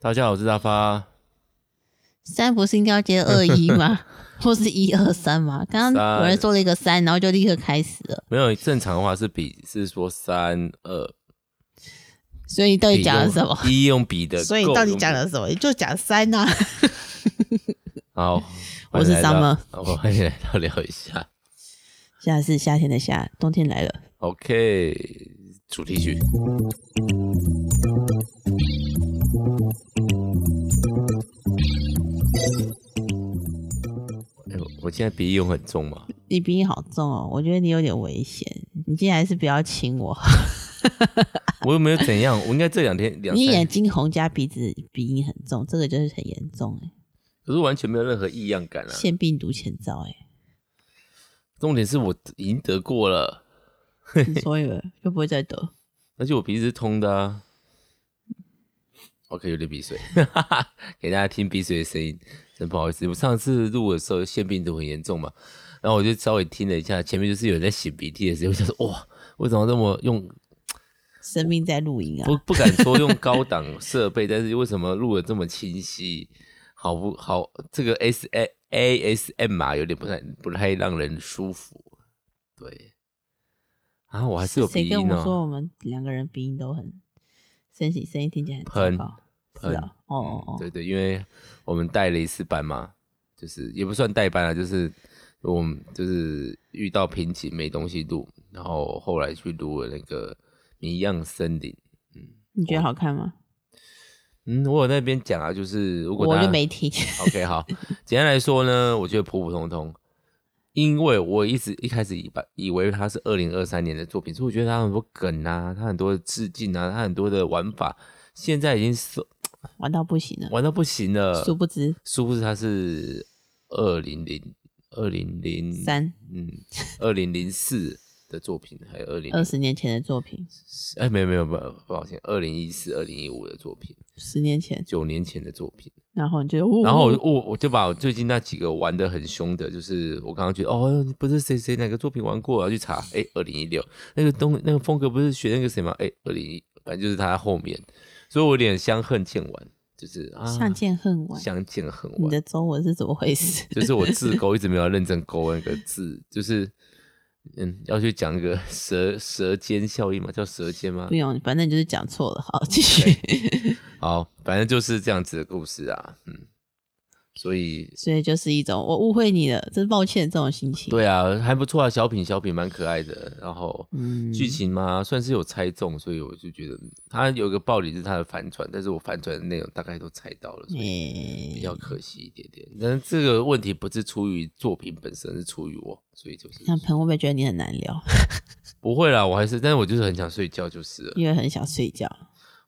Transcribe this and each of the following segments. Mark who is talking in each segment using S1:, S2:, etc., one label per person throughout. S1: 大家好，我是大发。
S2: 三不是应该要接二一 吗？或是一二三吗？刚刚有人说了一个三，然后就立刻开始了。
S1: 没有正常的话是比是说三二，
S2: 所以你到底讲了什么？
S1: 一用比的，
S2: 所以你到底讲了什么？你就讲三啊 呐、
S1: 好，
S2: 我是 Summer
S1: 我欢迎来到聊一下。
S2: 现在是夏天的夏，冬天来了。
S1: OK，主题曲。哎、我我现在鼻音很重 嘛？
S2: 你鼻音好重哦，我觉得你有点危险。你今天还是不要亲我。
S1: 我又没有怎样，我应该这两天两
S2: 你
S1: 三
S2: 眼，睛红加鼻子鼻音很重，这个就是很严重哎、
S1: 可是完全没有任何异样感啊。
S2: 腺病毒前兆 哎、
S1: 重点是我已经得过了，
S2: 所以了就不会再得。
S1: 而且我鼻子是通的啊。OK，有点鼻水， 给大家听鼻水的声音，真不好意思。我上次录的时候腺病毒很严重嘛，然后我就稍微听了一下，前面就是有人在擤鼻涕的时候，我想说哇，为什么这么用
S2: 生命在录音 啊
S1: 不，不敢说用高档设备，但是为什么录的这么清晰？好不好？这个 S A A S M 啊，有点不太不太让人舒服。对，啊，我还是有鼻
S2: 谁跟
S1: 音
S2: 我说
S1: 哦。
S2: 我们两个人鼻音都很声音声音听起来很糟糕？
S1: 喷嗯
S2: 是啊，哦哦哦，
S1: 对对，因为我们带了一次班嘛，就是也不算带班啊，就是我们就是遇到瓶颈没东西录，然后后来去录了那个《迷样森林》。
S2: 你觉得好看吗？
S1: 嗯，我有那边讲啊，就是如果
S2: 我
S1: 大
S2: 就
S1: 家
S2: 没听。
S1: OK，好，简单来说呢，我觉得普普通通，因为我一直一开始以把以为它是二零二三年的作品，所以我觉得它很多梗啊，它很多的致敬啊，它很多的玩法，现在已经是
S2: 玩到不行了。
S1: 玩到不行了。
S2: 殊不知，
S1: 殊不知它是二零零二零零
S2: 三，
S1: 嗯，二零零四的作品，还有二零
S2: 二十年前的作品，
S1: 哎，没有没有，不抱歉，二零一四、二零一五的作品，
S2: 十年前，
S1: 九年前的作品。
S2: 然后你就，哦
S1: 然后我就我我就把我最近那几个玩的很凶的，就是我刚刚觉得哦，不是谁谁哪个作品玩过，我要去查，哎，二零一六那个东那个风格不是学那个谁吗？哎，二零一，反正就是他后面，所以我有点相恨欠晚，就是啊，
S2: 相见恨晚，
S1: 相见恨
S2: 你
S1: 晚，嗯
S2: 的中文是怎么回事？
S1: 就是我字勾一直没有认真勾那个字，就是嗯，要去讲一个舌舌尖效应嘛，叫舌尖吗
S2: 不？用，反正你就是讲错了。好，继续。
S1: 好，反正就是这样子的故事啊，嗯，所以
S2: 所以就是一种我误会你了，真抱歉这种心情。，
S1: 对啊，还不错啊，小品小品蛮可爱的。然后
S2: 嗯，
S1: 剧情嘛，算是有猜中，所以我就觉得它有个暴理是它的反转，但是我反转的内容大概都猜到了，
S2: 嗯
S1: 所以比
S2: 诶，
S1: 较可惜一点点。但这个问题不是出于作品本身，是出于我，所以就是
S2: 那朋友会不会觉得你很难聊？
S1: 不会啦，我还是，但是我就是很想睡觉，就是了。
S2: 因为很想睡觉。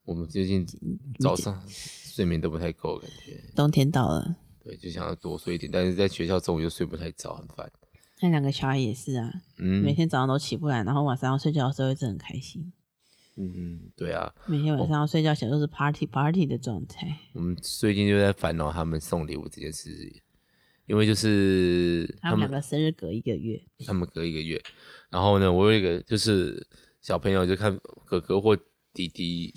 S1: 我们最近早上睡眠都不太够，感觉
S2: 冬天到了，
S1: 对，就想要多睡一点，但是在学校中午又睡不太着，很烦。
S2: 那两个小孩也是啊，
S1: 嗯
S2: 每天早上都起不来，然后晚上要睡觉的时候一直很开心，
S1: 嗯，对啊，
S2: 每天晚上要睡觉前都是 party party 的状态。
S1: 我们最近就在烦恼他们送礼物这件事，因为就是他
S2: 他们
S1: 们
S2: 两个生日隔一个月，
S1: 他们隔一个月，然后呢，我有一个就是小朋友就看哥哥或弟弟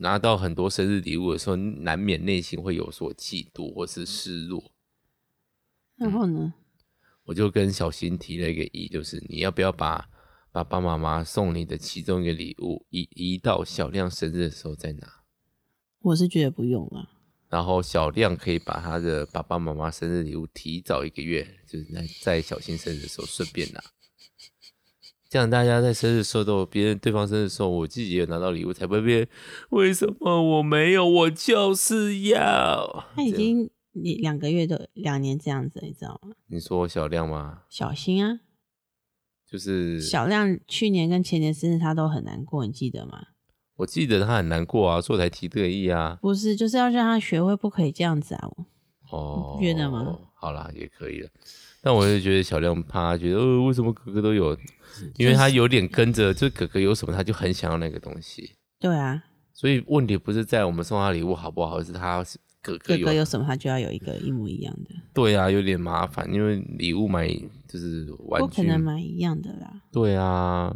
S1: 拿到很多生日礼物的时候，难免内心会有所嫉妒或是失落。嗯
S2: 然后呢，
S1: 我就跟小新提了一个议，就是你要不要把爸爸妈妈送你的其中一个礼物移移到小亮生日的时候再拿，
S2: 我是觉得不用了，
S1: 然后小亮可以把他的爸爸妈妈生日礼物提早一个月，就是在在小新生日的时候顺便拿。这样大家在生日的时候都有别人对方生日的时候，我自己也有拿到礼物，才不会变。为什么我没有？我就是要。
S2: 他已经你两个月都两年这样子，你知道吗？
S1: 你说小亮吗？
S2: 小新啊，
S1: 就是
S2: 小亮去年跟前年生日他都很难过，你记得吗？
S1: 我记得他很难过啊，所以我才提这个意啊。
S2: 不是，就是要让他学会不可以这样子啊！
S1: 哦，
S2: 你不觉得吗？
S1: 好啦，也可以了。但我就觉得小亮怕，觉得呃，为什么哥哥都有？因为他有点跟着，就哥哥有什么他就很想要那个东西。
S2: 对啊，
S1: 所以问题不是在我们送他礼物好不好，而是他哥哥
S2: 哥
S1: 有
S2: 哥有什么他就要有一个一模一样的，
S1: 对啊，有点麻烦，因为礼物买就是玩
S2: 不
S1: 具
S2: 可能买一样的啦。
S1: 对啊，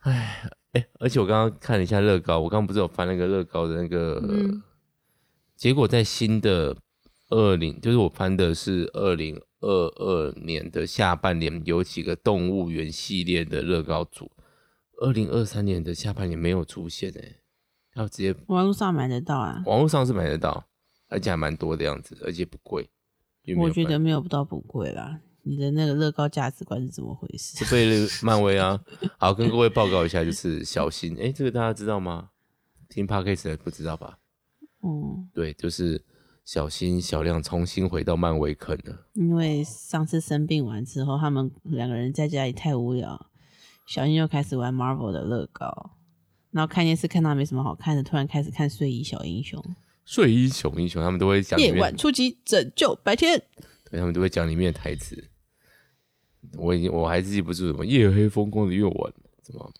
S1: 唉，哎、而且我刚刚看了一下乐高，我刚刚不是有翻那个乐高的那个，
S2: 嗯
S1: 结果在新的二零，就是我翻的是二零二二年的下半年有几个动物园系列的乐高组，二零二三年的下半年没有出现哎、要直接
S2: 网络上买得到啊，
S1: 网络上是买得到，而且还蛮多的样子，而且不贵。也没有
S2: 我觉
S1: 卖
S2: 得没有到不贵啦。你的那个乐高价值观是怎么回事？
S1: 被那个漫威啊。好，跟各位报告一下，就是小新，哎、这个大家知道吗？听 podcast 的不知道吧？
S2: 嗯，
S1: 对，就是小新小亮重新回到漫威坑了。
S2: 因为上次生病完之后，他们两个人在家里太无聊，小英又开始玩 Marvel 的乐高，然后看电视看到没什么好看的，突然开始看《睡衣小英雄
S1: 睡衣熊英雄他们都会》，讲里
S2: 夜
S1: 面
S2: 晚，出击拯救白天。
S1: 对他们都会讲里面的台词。我已经我还是记不住什么夜黑风光的夜晚，什么，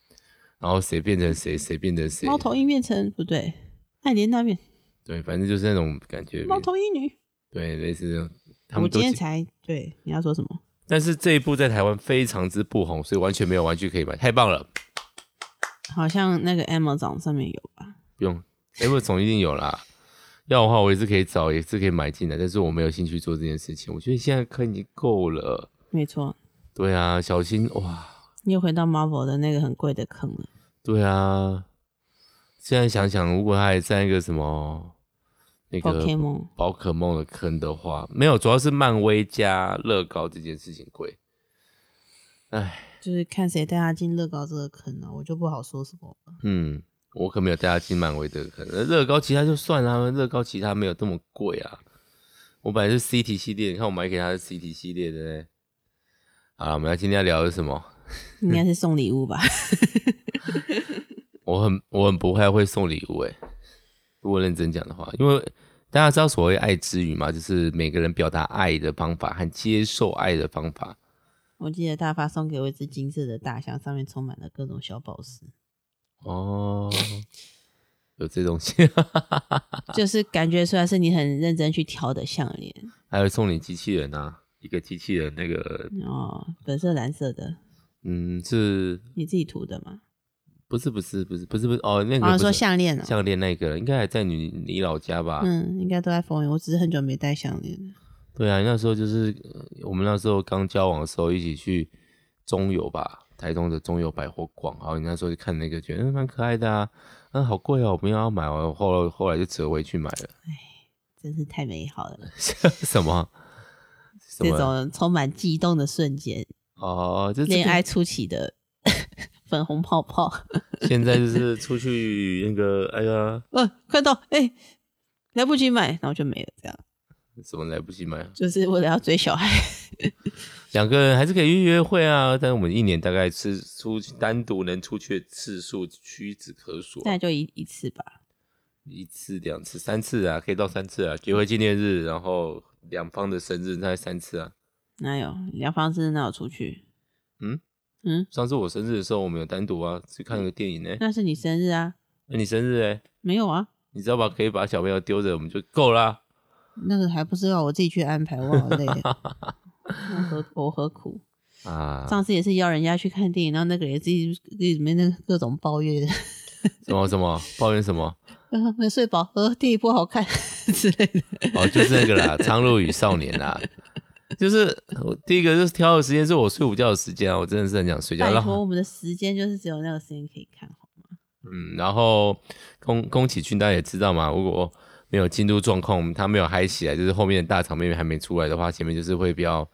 S1: 然后谁变成谁，谁变成谁，
S2: 猫头鹰变成不对，爱莲娜变
S1: 对，反正就是那种感觉，
S2: 猫头鹰女。
S1: 对，类似这种。他
S2: 我
S1: 们都
S2: 今天
S1: 记
S2: 才对你要说什么？
S1: 但是这一部在台湾非常之不红，所以完全没有玩具可以买，太棒了！
S2: 好像那个 Amazon 上面有吧？
S1: 不用 a p p 总一定有啦。要的话，我也是可以找，也是可以买进来，但是我没有兴趣做这件事情。我觉得现在坑已经够了。
S2: 没错，
S1: 对啊，小心哇！
S2: 你又回到 Marvel 的那个很贵的坑了。
S1: 对啊，现在想想，如果他还在一个什么那个
S2: Pokemon
S1: 宝可梦的坑的话，没有，主要是漫威加乐高这件事情贵。
S2: 就是看谁带他进乐高这个坑了、啊我就不好说什么了。
S1: 嗯，我可没有带他进漫威这个坑。那乐高其他就算了，乐高其他没有这么贵啊。我本来是 CT 系列，你看我买给他是 CT 系列的呢。啊，我们要今天要聊的是什么？嗯
S2: 应该是送礼物吧？
S1: 我很我很不太会送礼物诶。如果认真讲的话，因为大家知道所谓爱之语嘛，就是每个人表达爱的方法和接受爱的方法。
S2: 我记得大发送给我一只金色的大象，上面充满了各种小 宝石，
S1: 哦，有这东西，啊
S2: 就是感觉出来是你很认真去挑的项链。
S1: 还有送你机器人啊，一个机器人那个，
S2: 哦，本色蓝色的，
S1: 嗯，是
S2: 你自己涂的吗？
S1: 不是不是不是不是不是哦，那个
S2: 好
S1: 不是
S2: 像说项链哦，
S1: 项链那个应该还在你你老家吧？
S2: 嗯，应该都在风云，我只是很久没戴项链了。
S1: 对啊，那时候就是呃我们那时候刚交往的时候，一起去中友吧，台中的中友百货逛，然后你那时候就看那个，觉得嗯蛮可爱的啊，嗯好贵哦，我们要买哦，我后来后来就折回去买了，
S2: 真是太美好了，
S1: 什么什
S2: 这
S1: 么
S2: 种充满悸动的瞬间，
S1: 哦，就这个
S2: 恋爱初期的 粉红泡泡。
S1: 现在就是出去那个哎呀
S2: 呃，看到哎、来不及买，然后就没了。这样
S1: 什么来不及买，
S2: 就是为了要追小孩，
S1: 两个人还是可以约约会啊，但是我们一年大概是出单独能出去的次数屈指可数啊、
S2: 大概就一一次吧。
S1: 一次、两次、三次啊，可以到三次啊，结婚纪念日，然后两方的生日，大概三次啊。
S2: 哪有聊方式？那有出去？
S1: 嗯
S2: 嗯，
S1: 上次我生日的时候，我们有单独啊去看个电影呢、
S2: 那是你生日啊？
S1: 那、你生日哎、
S2: 没有啊，
S1: 你知道吧？可以把小朋友丢着，我们就够啦。
S2: 那个还不是要我自己去安排，我好累啊， 我何我何苦？
S1: 啊，
S2: 上次也是邀人家去看电影，然后那个也是一直里面那个各种抱怨，
S1: 什么什么抱怨什么？
S2: 呃没睡饱，呃，电影不好看 之类的。
S1: 哦，就是那个 啦，《苍鹭与少年》啦。就是我第一个就是挑的时间是我睡午觉的时间啊，我真的是很想睡觉。
S2: 拜
S1: 然后
S2: 托，我们的时间就是只有那个时间可以看，好吗？
S1: 嗯，然后宫宫崎骏大家也知道嘛，如果没有进入状况，他没有嗨起来，就是后面的大场面还没出来的话，前面就是会比较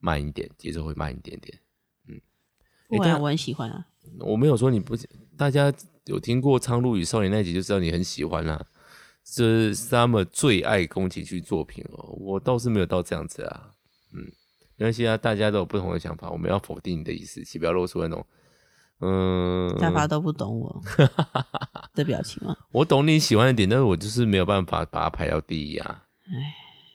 S1: 慢一点，节奏会慢一点点。
S2: 不
S1: 但
S2: 然我很喜欢啊。
S1: 我没有说你不，大家有听过《苍鹭与少年》那集就知道你很喜欢啦、这是 Summer 最爱宫崎骏作品哦。我倒是没有到这样子啊，嗯，没关系啊，大家都有不同的想法，我们要否定你的意思，请不要露出那种，嗯，
S2: 大发都不 懂我的表情啊吗？
S1: 我懂你喜欢的点，但是我就是没有办法把它排到第一啊。
S2: 唉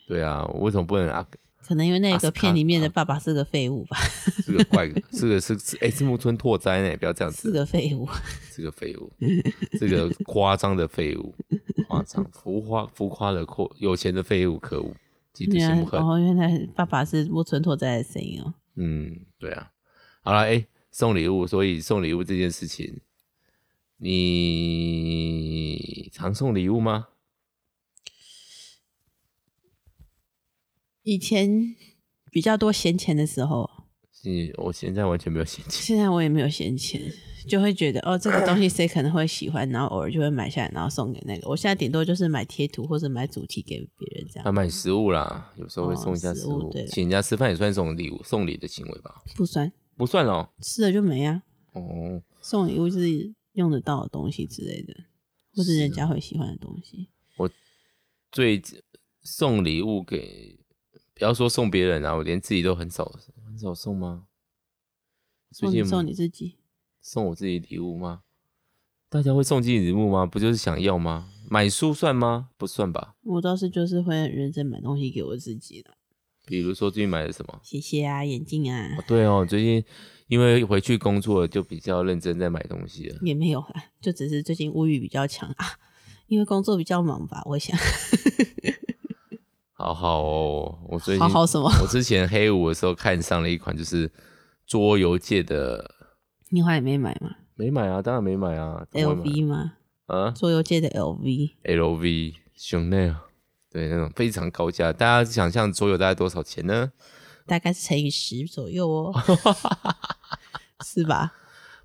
S1: 对啊，我为什么不能啊？
S2: 可能因为那
S1: 阿斯
S2: 个
S1: 卡
S2: 片里面的爸爸是个废物吧，
S1: 是个怪， 是个是是哎，是木村拓哉呢，不要这样
S2: 是
S1: 子，
S2: 个废物。
S1: 是个废物，是个夸张的废 物，夸张浮夸浮夸的阔有钱的废物，可恶，嫉妒
S2: 原
S1: 心
S2: 来
S1: 不恨。
S2: 哦，原来爸爸是木村拓哉的声音哦。
S1: 嗯，对啊。好了，哎，送礼物，所以送礼物这件事情，你常送礼物吗？
S2: 以前比较多闲钱的时候，
S1: 是我现在完全没有闲钱。
S2: 现在我也没有闲钱，就会觉得哦，这个东西谁可能会喜欢，然后偶尔就会买下来，然后送给那个。我现在顶多就是买贴图或者买主题给别人这
S1: 他
S2: 样，
S1: 买食物啦，有时候会送一下
S2: 哦
S1: 食
S2: 食
S1: 物，
S2: 物对
S1: 请人家吃饭也算一种礼物送礼的行为吧？
S2: 不酸，
S1: 不算哦。
S2: 吃了就没啊。
S1: 哦，
S2: 送礼物就是用得到的东西之类的，或者
S1: 啊
S2: 人家会喜欢的东西。
S1: 最送礼物给，不要说送别人啊，我连自己都很少很少送吗？最
S2: 送
S1: 近
S2: 你送你自己，
S1: 送我自己礼物吗？大家会送自己礼物吗？不就是想要吗？买书算吗？不算吧。
S2: 我倒是就是会很认真买东西给我自己的，
S1: 比如说最近买了什么？
S2: 鞋鞋啊、眼镜啊，
S1: 哦对哦，最近因为回去工作，就比较认真在买东西了。
S2: 也没有啦，就只是最近物欲比较强啊，因为工作比较忙吧，我想
S1: 好好哦，我 最近
S2: 好好什么？
S1: 我之前黑五的时候看上了一款就是桌游界的，
S2: 你后来没买吗
S1: 没买啊，当然没买啊怎么会买
S2: ？LV 吗？
S1: 啊
S2: 桌游界的 LV，
S1: ，LV、Chanel，对那种非常高价，大家想象桌游大概多少钱呢？
S2: 大概是乘以十左 右哦，是吧？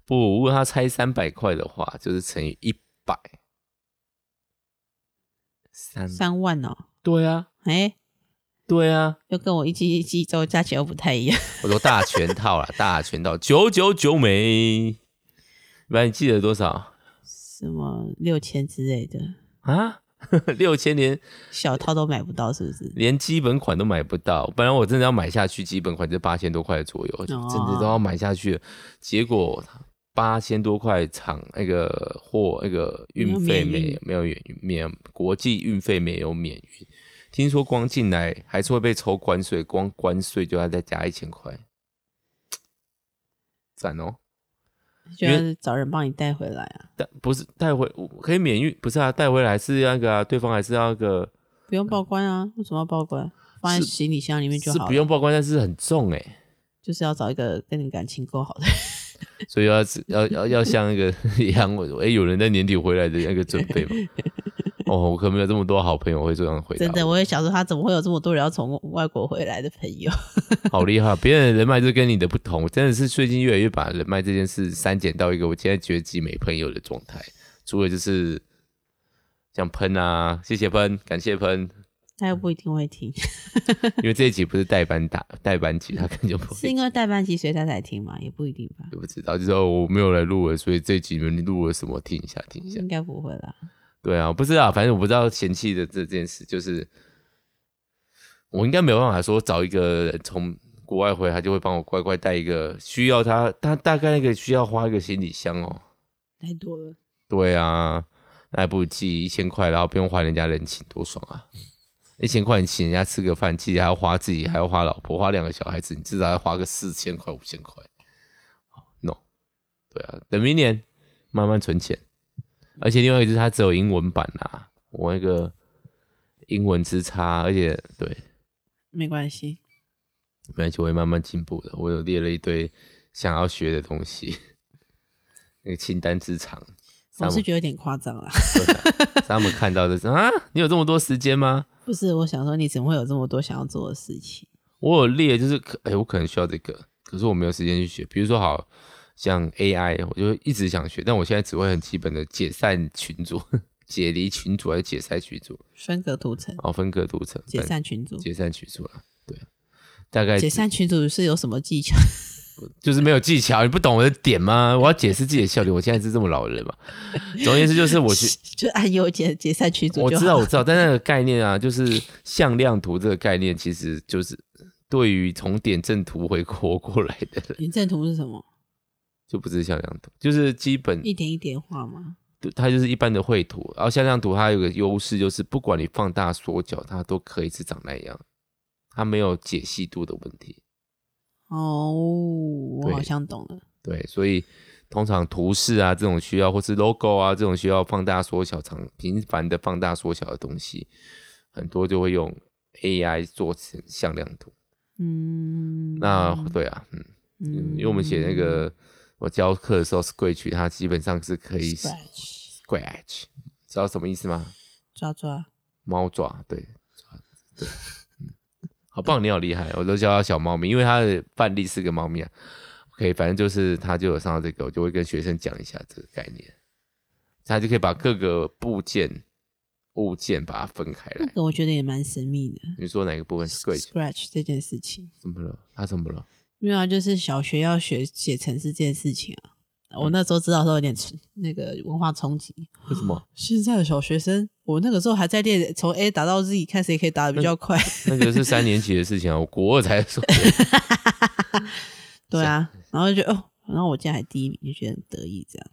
S1: 不，如果他拆三百块的话，就是乘以一百，三
S2: 三万哦，
S1: 对啊，
S2: 哎、
S1: 对啊，
S2: 又跟我一记一记之后价钱又不太一样。
S1: 我说大全套啦，大全套九九九枚，那你记得多少
S2: 什么六千之类的，
S1: 啊？ 六千连
S2: 小套都买不到，是不是？
S1: 连基本款都买不到，本来我真的要买下去，基本款就八千多块左右，
S2: 哦
S1: 真的都要买下去了。结果八千多块厂那个货那个运费
S2: 没有免
S1: 没
S2: 运
S1: 没有免免国际运费没有免运，听说光进来还是会被抽关税，光关税就要再加一千块，赞哦！
S2: 就要找人帮你带回来啊，
S1: 但不是带回可以免运，不是啊，带回来是那个啊，对方还是要那个
S2: 不用报关啊，为什么要报关？放在
S1: 是
S2: 行李箱里面就是好
S1: 不
S2: 了，
S1: 用报关，但是很重哎、
S2: 就是要找一个跟你感情够好的。
S1: 所以要要要要像那个 一样，我哎、有人在年底回来的那个准备 嘛。哦，我可没有这么多好朋友会这样回答我，
S2: 真的，我也想说，他怎么会有这么多人要从外国回来的朋友？
S1: 好厉害！别人的人脉就跟你的不同，我真的是最近越来越把人脉这件事删减到一个我现在觉得自己没朋友的状态，除了就是像喷啊，谢谢喷，感谢喷，
S2: 他又不一定会听，
S1: 因为这一集不是代班打代班集，他根本就不
S2: 是
S1: 会。
S2: 因为代班机所以他才听嘛？也不一定吧，
S1: 也不知道，就是哦我没有来录了，所以这一集你们录了什么？听一下，听一下。
S2: 应该不会啦。
S1: 对啊，我不知道，反正我不知道嫌弃的这件事，就是我应该没有办法说找一个人从国外回来，他就会帮我乖乖带一个需要他，他大概那个需要花一个行李箱哦。
S2: 太多了，
S1: 对啊，那还不如寄一千块，然后不用花人家人情，多爽啊！一千块你请人家吃个饭，自己还要花自己，还要花老婆，花两个小孩子，你至少要花个四千块、五千块。No，对啊，等明年慢慢存钱。而且另外一个就是它只有英文版啊，我那个英文之差，而且对，
S2: 没关系，
S1: 没关系，我会慢慢进步的。我有列了一堆想要学的东西， 那个清单之长。三
S2: 我是觉得有点夸张啦。
S1: 他们看到的是啊，你有这么多时间吗？
S2: 不是，我想说，你怎么会有这么多想要做的事情？
S1: 我有列，就是可哎、我可能需要这个，可是我没有时间去学。比如说好，像 AI，我就一直想学，但我现在只会很基本的解散群组、 解离群组还是解散群组，
S2: 分隔图层
S1: 然，后分割图层、
S2: 解
S1: 反
S2: 散群组，
S1: 解散群组了。对，大概
S2: 解散群组是有什么技巧？
S1: 就是没有技巧，你不懂我的点吗？我要解释自己的笑点，我现在是这么老人嘛。总而言之，就是我去
S2: 就按右键解散群组
S1: 我
S2: 就好
S1: 知道，我知道，但那个概念啊，就是向量图这个概念，其实就是对于从点阵图回国过来的人，
S2: 点阵图是什么？
S1: 就不是向量图，就是基本
S2: 一点一点画吗？
S1: 它就是一般的绘图。然后向量图它有个优势，就是不管你放大缩小，它都可以是长那样，它没有解析度的问题。
S2: 哦，我
S1: 对
S2: 好像懂了。
S1: 对，所以通常图示啊这种需要，或是 logo 啊这种需要放大缩小、长频繁的放大缩小的东西，很多就会用 AI 做成向量图。
S2: 嗯，
S1: 那对啊，嗯，
S2: 嗯
S1: 因为我们写那个我教课的时候 scratch 它基本上是可以
S2: Scratch
S1: scratch，知道什么意思吗？
S2: 抓抓，
S1: 猫爪，对，爪子对，嗯好棒，你好厉害，我都叫它小猫咪，因为它的范例是个猫咪啊。OK，反正就是它就有上到这个，我就会跟学生讲一下这个概念，它就可以把各个部件物件把它分开
S2: 那
S1: 来。
S2: 个我觉得也蛮神秘的。
S1: 你说哪个部分 scratch？
S2: Scratch 这件事情，
S1: 怎么了？它怎么了？
S2: 没有啊，就是小学要学写程式这件事情啊。
S1: 嗯
S2: 我那时候知道的时候有点冲那个文化冲击。
S1: 为什么？
S2: 现在的小学生，我那个时候还在练从 A 打到 Z，看谁可以打的
S1: 嗯
S2: 比 较快。
S1: 那个是三年级的事情啊，我国二才说。
S2: 对啊，然后就觉得哦，然后我竟然还第一名，就觉得很得意这样。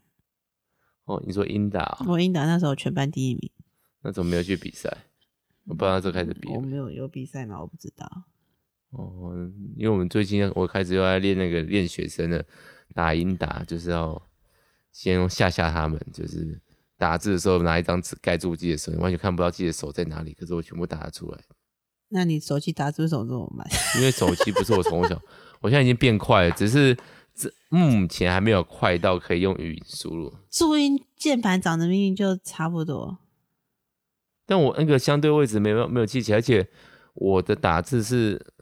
S1: 哦，你说英达啊、
S2: 我英达那时候全班第一名，
S1: 那怎么没有去比赛？我不知道这开始比了
S2: 我
S1: 没
S2: 没有有比赛吗？我不知道。
S1: 哦，因为我们最近我开始又在练那个练学生的打英打，就是要先用吓吓他们，就是打字的时候拿一张纸盖住自己的手，你完全看不到自己的手在哪里，可是我全部打得出来，
S2: 那你手机打字为什么这么慢？
S1: 因为手机不是我从小，我现在已经变快了，只是这目前还没有快到可以用语音输入，
S2: 注音键盘长得明明就差不多，
S1: 但我那个相对位置没有没有记起来，而且我的打字是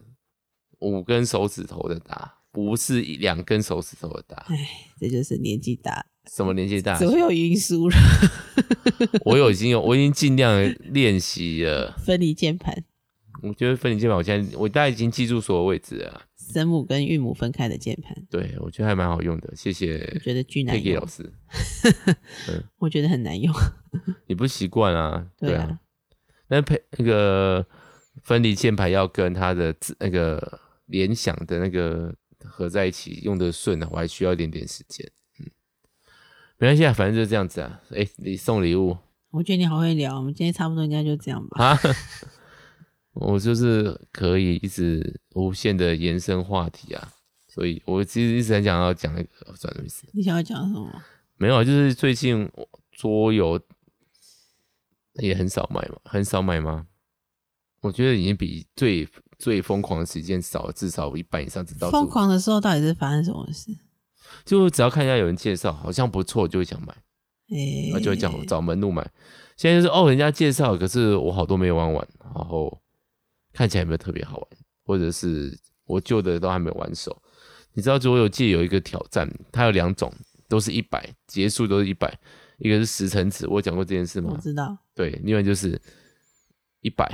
S1: 五根手指头的打，不是一两根手指头的打，
S2: 哎，这就是年纪大，
S1: 什么年纪大
S2: 只？会有语音输入、
S1: 我有已经有，我已经尽量练习了。
S2: 分离键盘、
S1: 我觉得分离键盘，我现在我大概已经记住所有位置了啊。
S2: 声母跟韵母分开的键盘，
S1: 对，我觉得还蛮好用的，谢谢
S2: 我觉得巨难
S1: Peggy
S2: 用
S1: 老，师。
S2: 我觉得很难用。
S1: 你不习惯啊？
S2: 对
S1: 对
S2: 啊
S1: 啊。那配那个分离键盘要跟它的字那个联想的那个合在一起用的顺啊，我还需要一点点时间。嗯，没关系啊，反正就是这样子啊。哎、你送礼物
S2: 我觉得你好会聊，我们今天差不多应该就这样吧。
S1: 啊？我就是可以一直无限的延伸话题啊，所以我其实一直很想要讲那个，哦算了，没事。
S2: 你想要讲什么？
S1: 没有，啊，就是最近我桌游也很少买嘛，很少买吗？我觉得已经比最最疯狂的时间少了至少一半以上，直到
S2: 疯。狂的时候到底是发生什么事？
S1: 就只要看一下有人介绍，好像不错，就会想买，
S2: 哎、
S1: 然后就会讲找门路买。现在就是哦，人家介绍，可是我好多没有玩完，然后看起来有没有特别好玩，或者是我旧的都还没有玩熟。你知道桌游界有一个挑战，它有两种，都是一百，结束都是一百，一个是十层纸，我有讲过这件事吗
S2: 我？知道，
S1: 对，另外就是一百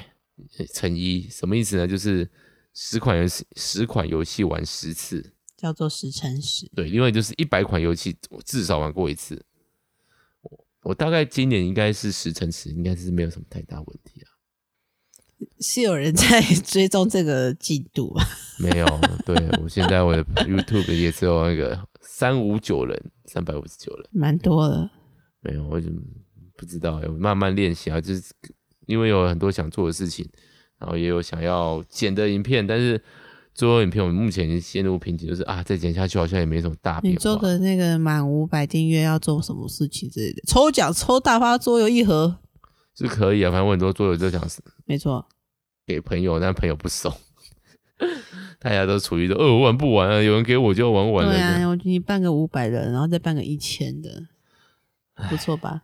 S1: 呃乘一，什么意思呢？就是十款游戏，十款游戏玩十次。
S2: 叫做十乘十。
S1: 对，另外就是一百款游戏，我至少玩过一次。我我大概今年应该是十乘十，应该是没有什么太大问题啊。
S2: 是有人 在追踪这个进度吧？
S1: 没有，对我现在我的 YouTube 也只有那个三五九人，三百五十九人。
S2: 蛮多的，
S1: 没有，我就不知道，有慢慢练习啊，就是因为有很多想做的事情，然后也有想要剪的影片，但是最后影片我们目前已经陷入瓶颈，就是啊，再剪下去好像也没什么大变
S2: 你
S1: 化。
S2: 做个那个满五百订阅要做什么事情之类的，抽奖抽大发桌游一盒，
S1: 是可以啊，反正我很多桌友就想
S2: 没错，
S1: 给朋友，但朋友不收， 大家都处于的，呃，我玩不完啊，有人给我就要玩完了。
S2: 对啊，我觉得你办个五百的，然后再办个一千的，不错吧？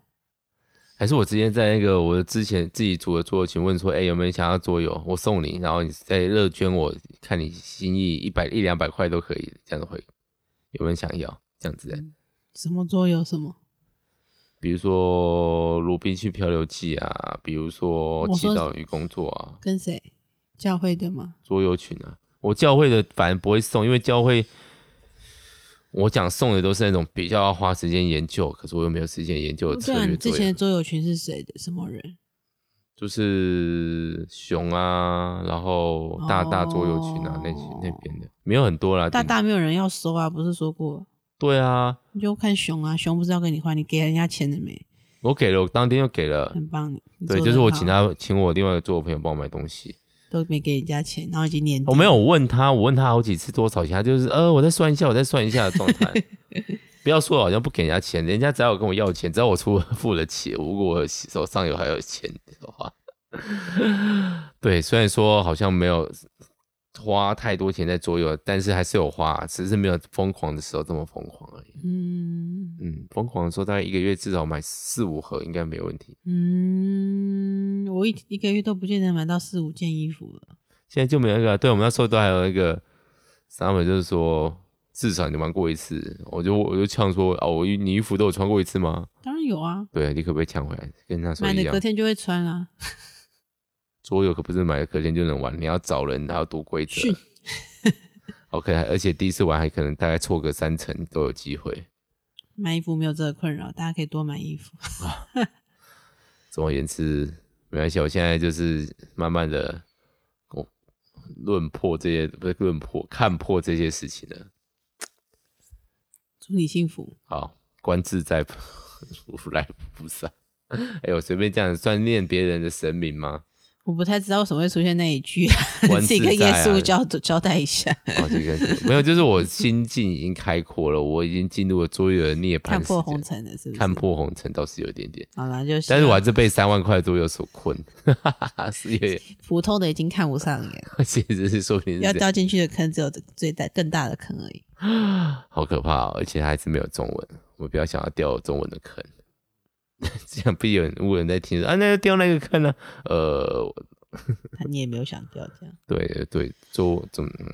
S1: 还是我直接在那个我之前自己组的桌游群问说，哎、有没有人想要桌游？我送你，然后你再乐捐我，看你心意一百一两百块都可以，这样子会有没有人想要？这样子、欸，
S2: 嗯什么桌游？什么？
S1: 比如说《鲁滨逊漂流记》啊，比如说
S2: 我
S1: 《祈
S2: 说
S1: 祷与工作》啊，
S2: 跟谁？教会的吗？
S1: 桌游群啊，我教会的反而不会送，因为教会我讲送的都是那种比较要花时间研究，可是我又没有时间研究的策
S2: 对啊，
S1: 略
S2: 你之
S1: 作
S2: 前
S1: 业
S2: 的，桌游群是谁的？什么人？
S1: 就是熊啊，然后大大桌游群啊、那
S2: 哦
S1: 那边的没有很多啦，
S2: 大
S1: 顶
S2: 大没有人要收啊，不是说过？
S1: 对啊，
S2: 你就看熊啊，熊不是要跟你换，你给人家钱了没？
S1: 我给了，我当天就给了，
S2: 很棒，你
S1: 对，
S2: 嗯做得
S1: 就是我
S2: 很好
S1: 请他请我另外一个桌友朋友帮我买东西，
S2: 都没给人家钱，然后已经年底
S1: 哦我没有问他，我问他好几次多少钱，他就是呃，我再算一下，我再算一下的状态。不要说好像不给人家钱，人家只要有跟我要钱，只要我出付了钱，如果我手上有还有钱的话，对，虽然说好像没有花太多钱在桌游，但是还是有花，只是没有疯狂的时候这么疯狂而已。
S2: 嗯
S1: 嗯，疯狂的时候大概一个月至少买四五盒应该没问题。
S2: 嗯，我一一个月都不见得买到四五件衣服了。
S1: 现在就没有那个，对我们那时候都还有那个 summer，就是说至少你玩过一次，我就我就呛说哦，我你衣服都有穿过一次吗？
S2: 当然有啊，
S1: 对，你可不可以啊抢回来？跟他说
S2: 买
S1: 一
S2: 的
S1: 样
S2: 隔，天就会穿啦、
S1: 桌游可不是买了隔天就能玩，你要找人，还要读规则
S2: 是。
S1: OK，而且第一次玩还可能大概错个三成都有机会。
S2: 买衣服没有这个困扰，大家可以多买衣服。
S1: 总而言之，没关系，我现在就是慢慢的，我论破这些不是论破，看破这些事情了。
S2: 祝你幸福。
S1: 好，观自在， 如来菩萨。哎呦，随便这样算念别人的神明 吗？
S2: 我不太知道为什么会出现那一句、
S1: 玩
S2: 自己
S1: 自
S2: 跟耶
S1: 在啊
S2: 稣交交代一 下，
S1: 哦，这个没有，就是我心境已经开阔了，我已经进入了卓越的涅槃
S2: 看破
S1: 世界
S2: 红尘啊的是不是？
S1: 看破红尘倒是有一点点，
S2: 好啦，就
S1: 但是我还
S2: 玩
S1: 是被三万块左右所困， 是也
S2: 普通的已经看不上眼了，
S1: 其实是说明是
S2: 要
S1: 这样
S2: 掉进去的坑只有最大更大的坑 而已。
S1: 好可怕、哦，而且还是没有中文，我不要想要掉中文的坑， 这样不有人有人在听说啊，那就掉那个坑呢、呃，
S2: 那你也没有想掉这样。
S1: 对对，就怎么嗯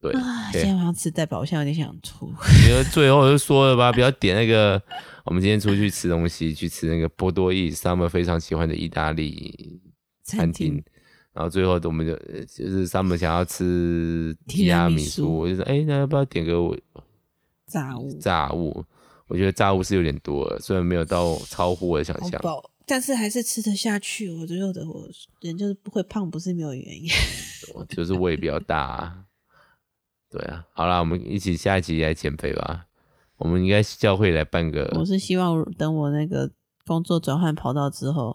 S1: 对，
S2: 啊，
S1: 对
S2: 今天晚上吃蛋堡，我现在有点想吐。
S1: 因为最后就说了吧，不要点那个。我们今天出去吃东西，去吃那个波多意，Summer 非常喜欢的意大利 餐
S2: 餐
S1: 厅
S2: 厅。
S1: 然后最后我们就呃就是 Summer 想要吃提
S2: 提
S1: 拉
S2: 拉
S1: 米
S2: 米
S1: 苏，
S2: 苏
S1: 我就说，哎、那要不要点个我
S2: 炸物，
S1: 炸物？我觉得炸物是有点多了，虽然没有到超乎我的想
S2: 好
S1: 象。
S2: 饱，但是还是吃得下去。我觉得我人就是不会胖，不是没有原因。
S1: 就是胃比较大、啊。对啊，好啦，我们一起下一集来减肥吧。我们应该教会来办个，
S2: 我是希望等我那个工作转换跑道之后，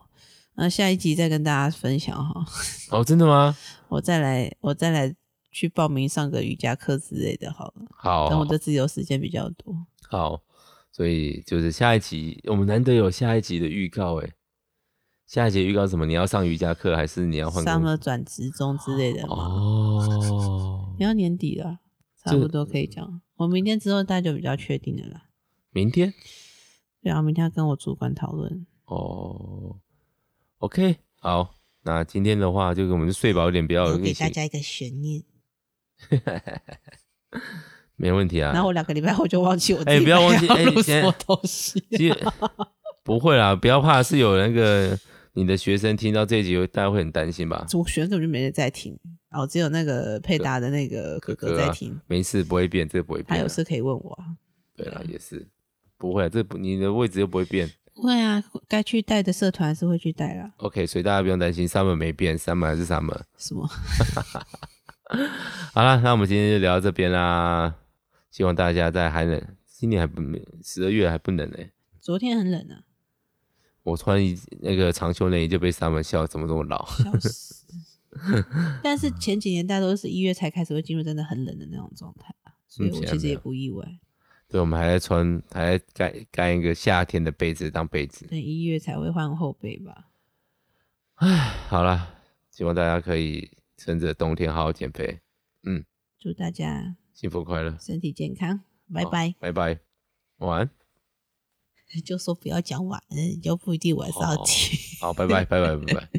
S2: 那下一集再跟大家分享哈。
S1: 哦，真的吗？
S2: 我再来，我再来去报名上个瑜伽课之类的，好了。
S1: 好，
S2: 等我的自由时间比较多，
S1: 好，所以就是下一集，我们难得有下一集的预告哎。下一集的预告是什么？你要上瑜伽课还是 你要换工
S2: 上
S1: 作？
S2: 了转职中之类的嘛。
S1: 哦，
S2: 你要年底了，差
S1: 这
S2: 不多可以讲。我明天之后大家就比较确定了啦。
S1: 明天
S2: 对啊，我明天要跟我主管讨论。
S1: 哦。OK，好，那今天的话就我们就睡饱一点，不要有
S2: 我给
S1: 一些
S2: 大家一个悬念，
S1: 没问题啊。
S2: 然后我两个礼拜后就忘记我自
S1: 哎
S2: 己
S1: 不要忘记哎
S2: 录
S1: 现
S2: 什
S1: 在
S2: 么东西。
S1: 其 实不会啦，不要怕，是有那个你的学生听到这一集，大家会很担心吧？
S2: 我学生根本就没人在听，哦，只有那个配搭的那个哥
S1: 哥
S2: 哥
S1: 哥啊
S2: 在听，
S1: 没事，不会变，这个不会
S2: 他
S1: 变
S2: 有
S1: 啊。
S2: 事可以问我啊。
S1: 对啦，也是不会啊，这不你的位置又不会变。
S2: 会啊，该去带的社团还是会去带啦。
S1: OK，所以大家不用担心，summer 没变，summer 还是 summer。
S2: 什么？
S1: 好啦，那我们今天就聊到这边啦。希望大家在寒冷，今年还不十二月还不冷呢、
S2: 昨天很冷啊，
S1: 我穿一那个长袖内衣就被 summer 笑，怎么这么老？
S2: 笑死！但是前几年大家都是一月才开始会进入真的很冷的那种状态啊，所以
S1: 嗯
S2: 我
S1: 显然
S2: 其实
S1: 没
S2: 也
S1: 有
S2: 不意外，
S1: 对，我们还在穿，还在盖盖一个夏天的被子当被子。
S2: 等一月才会换后背吧。
S1: 好啦，希望大家可以趁着冬天好好减肥，
S2: 祝大家
S1: 幸福快乐，
S2: 身体健康，拜
S1: 好
S2: 拜。
S1: 拜拜，晚安，
S2: 就说不要讲晚了，你就不一定晚上
S1: 哦
S2: 听。
S1: 好，拜拜，拜拜，拜拜。